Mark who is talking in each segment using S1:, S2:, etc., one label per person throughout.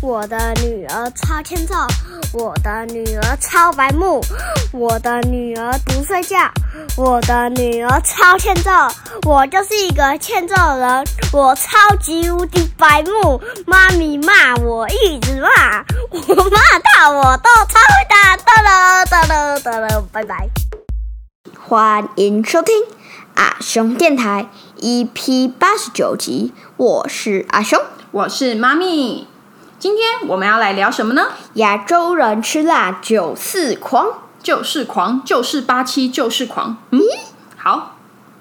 S1: 我的女儿超欠揍，我的女儿超白目，我的女儿不睡觉，我的女儿超欠揍，我就是一个欠揍人，我超级无敌白目，妈咪骂我一直骂，我骂到我都超会打，哒了哒了哒了，拜拜。
S2: 欢迎收听阿雄电台 EP 八十九集，我是阿雄。
S3: 我是妈咪。今天我们要来聊什么呢？
S2: 亚洲人吃辣九四狂。
S3: 就是狂，就是八七，就是狂。嗯，好，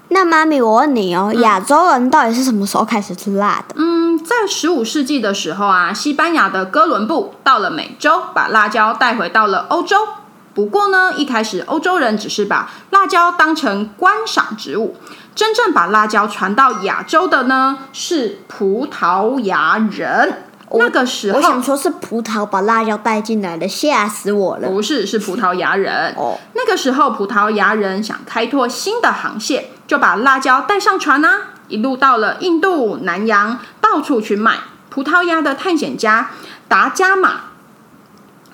S2: 那妈咪，我问你哦，亚洲人到底是什么时候开始吃辣的？
S3: 嗯，在十五世纪的时候啊，西班牙的哥伦布到了美洲，把辣椒带回到了欧洲。不过呢，一开始欧洲人只是把辣椒当成观赏植物，真正把辣椒传到亚洲的呢是葡萄牙人。那个时候，
S2: 我想说是葡萄把辣椒带进来的，吓死我了。
S3: 不是，是葡萄牙人。
S2: 哦，
S3: 那个时候，葡萄牙人想开拓新的航线，就把辣椒带上船啊，一路到了印度、南洋，到处去卖。葡萄牙的探险家达伽马，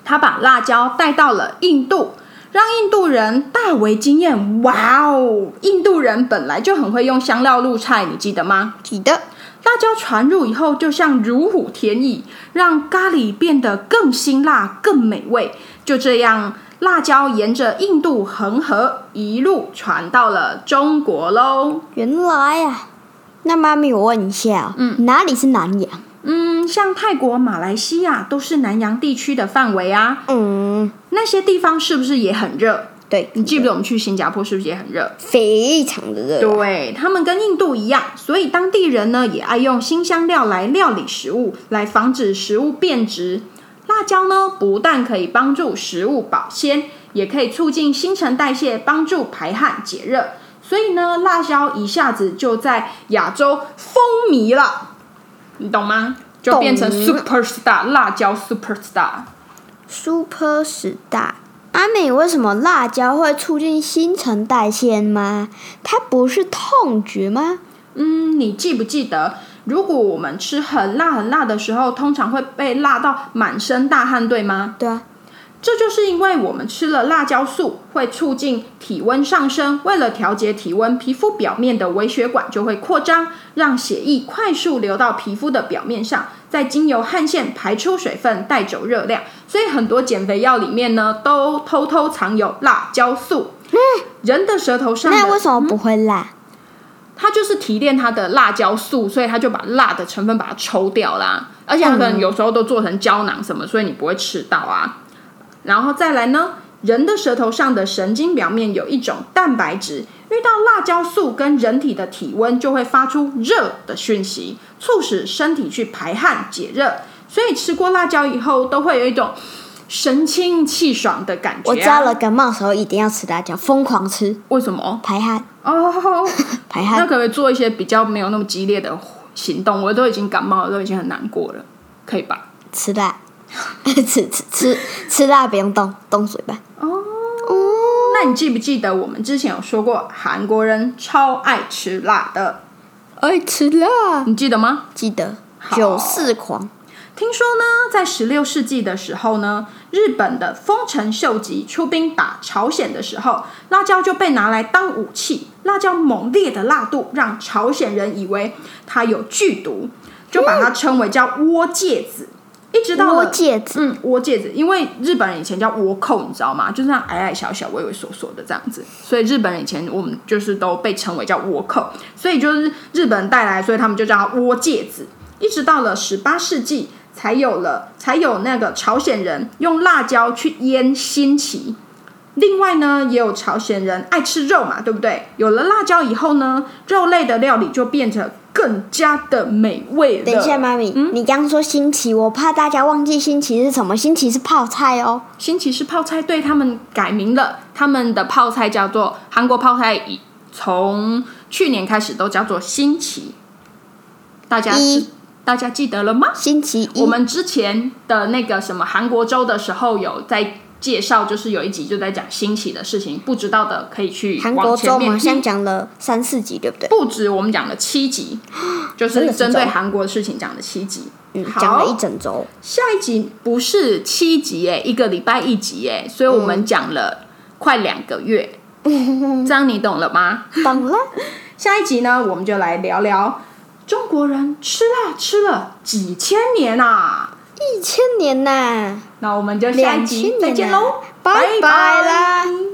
S3: 他把辣椒带到了印度，让印度人大为惊艳。哇哦，印度人本来就很会用香料入菜，你记得吗？
S2: 记得
S3: 辣椒传入以后，就像如虎添翼，让咖喱变得更辛辣、更美味。就这样，辣椒沿着印度恒河一路传到了中国喽。
S2: 原
S1: 哎
S2: 来啊。那妈咪，我问一下、哦，嗯，哪里是南洋？
S3: 嗯，像泰国、马来西亚都是南洋地区的范围啊，
S2: 嗯，
S3: 那些地方是不是也很热？
S2: 对，
S3: 你记不记得我们去新加坡是不是也很热？
S2: 非常的啊热。
S3: 对他们跟印度一样，所以当地人呢也爱用新香料来料理食物，来防止食物变质。辣椒呢不但可以帮助食物保鲜，也可以促进新陈代谢，帮助排汗解热。所以呢，辣椒一下子就在亚洲风靡了，你懂吗？就
S2: 懂
S3: 变成 super star 辣椒 super star。
S2: Super Star，阿美为什么辣椒会促进新陈代谢吗？它不是痛觉吗？
S3: 嗯，你记不记得，如果我们吃很辣很辣的时候，通常会被辣到满身大汗，对吗？
S2: 对啊，
S3: 这就是因为我们吃了辣椒素，会促进体温上升。为了调节体温，皮肤表面的微血管就会扩张，让血液快速流到皮肤的表面上，再经由汗腺排出水分，带走热量。所以很多减肥药里面呢，都偷偷藏有辣椒素。人的舌头上的
S2: 那为什么不会辣？
S3: 嗯它就是提炼它的辣椒素，所以它就把辣的成分把它抽掉啦。而且它可能有时候都做成胶囊什么，所以你不会吃到啊。然后再来呢，人的舌头上的神经表面有一种蛋白质，遇到辣椒素跟人体的体温就会发出热的讯息，促使身体去排汗解热。所以吃过辣椒以后，都会有一种神清气爽的感觉、啊。
S2: 我知道了，感冒的时候一定要吃辣椒，疯狂吃
S3: 为什么？
S2: 排汗，
S3: 哦，
S2: 排
S3: 那
S2: 汗。
S3: 可不可以做一些比较没有那么激烈的行动？我都已经感冒了，都已经很难过了，可以吧？
S2: 吃辣， 吃吃吃吃辣不用动，动嘴巴。
S3: 那你记不记得我们之前有说过，韩国人超爱吃辣的，
S2: 爱吃辣，
S3: 你记得吗？
S2: 记得
S3: 哎好
S2: 九四狂，
S3: 听说呢，在十六世纪的时候呢，日本的丰臣秀吉出兵打朝鲜的时候，辣椒就被拿来当武器。辣椒猛烈的辣度让朝鲜人以为它有剧毒，就把它称为叫倭芥子。一直到
S2: 摸
S3: 了
S2: 戒指，
S3: 嗯，窝戒指，因为日本人以前叫倭寇，你知道吗？就是那样矮矮小小、畏畏缩缩的这样子，所以日本人以前我们就是都被称为叫倭寇，所以就是日本人带来，所以他们就叫它倭戒指。一直到了十八世纪，才有了才有那个朝鲜人用辣椒去腌新奇，另外呢，也有朝鲜人爱吃肉嘛，对不对？有了辣椒以后呢，肉类的料理就变得更加的美味了。
S2: 等一下，妈咪，
S3: 嗯
S2: 你刚说新奇，我怕大家忘记新奇是什么。新奇是泡菜哦。
S3: 新奇士泡菜队他们改名了，他们的泡菜叫做韩国泡菜，以从去年开始都叫做新奇。大家
S2: 一
S3: 知大家记得了吗？
S2: 星期一，
S3: 我们之前的那个什么韩国粥的时候有在介绍，就是有一集就在讲新奇的事情，不知道的可以去
S2: 韩国
S3: 往
S2: 周
S3: 前
S2: 嘛，
S3: 面嗯
S2: 好像
S3: 听。
S2: 讲了三四集，对不对？
S3: 不止我们讲了七集，就
S2: 真的是
S3: 是针对
S2: 周
S3: 韩国的事情讲了七集。
S2: 嗯，
S3: 好
S2: 讲了一整周。
S3: 下一集不是七集哎，一个礼拜一集哎，所以我们讲了快两个月，这样你懂了吗？
S2: 懂了，
S3: 嗯下一集呢，我们就来聊聊中国人吃辣吃了几千年啊！
S2: 一千年呐、
S3: 那我们就下一集
S2: 2000
S3: 再见
S2: 年啊
S3: 喽，
S2: 拜拜啦。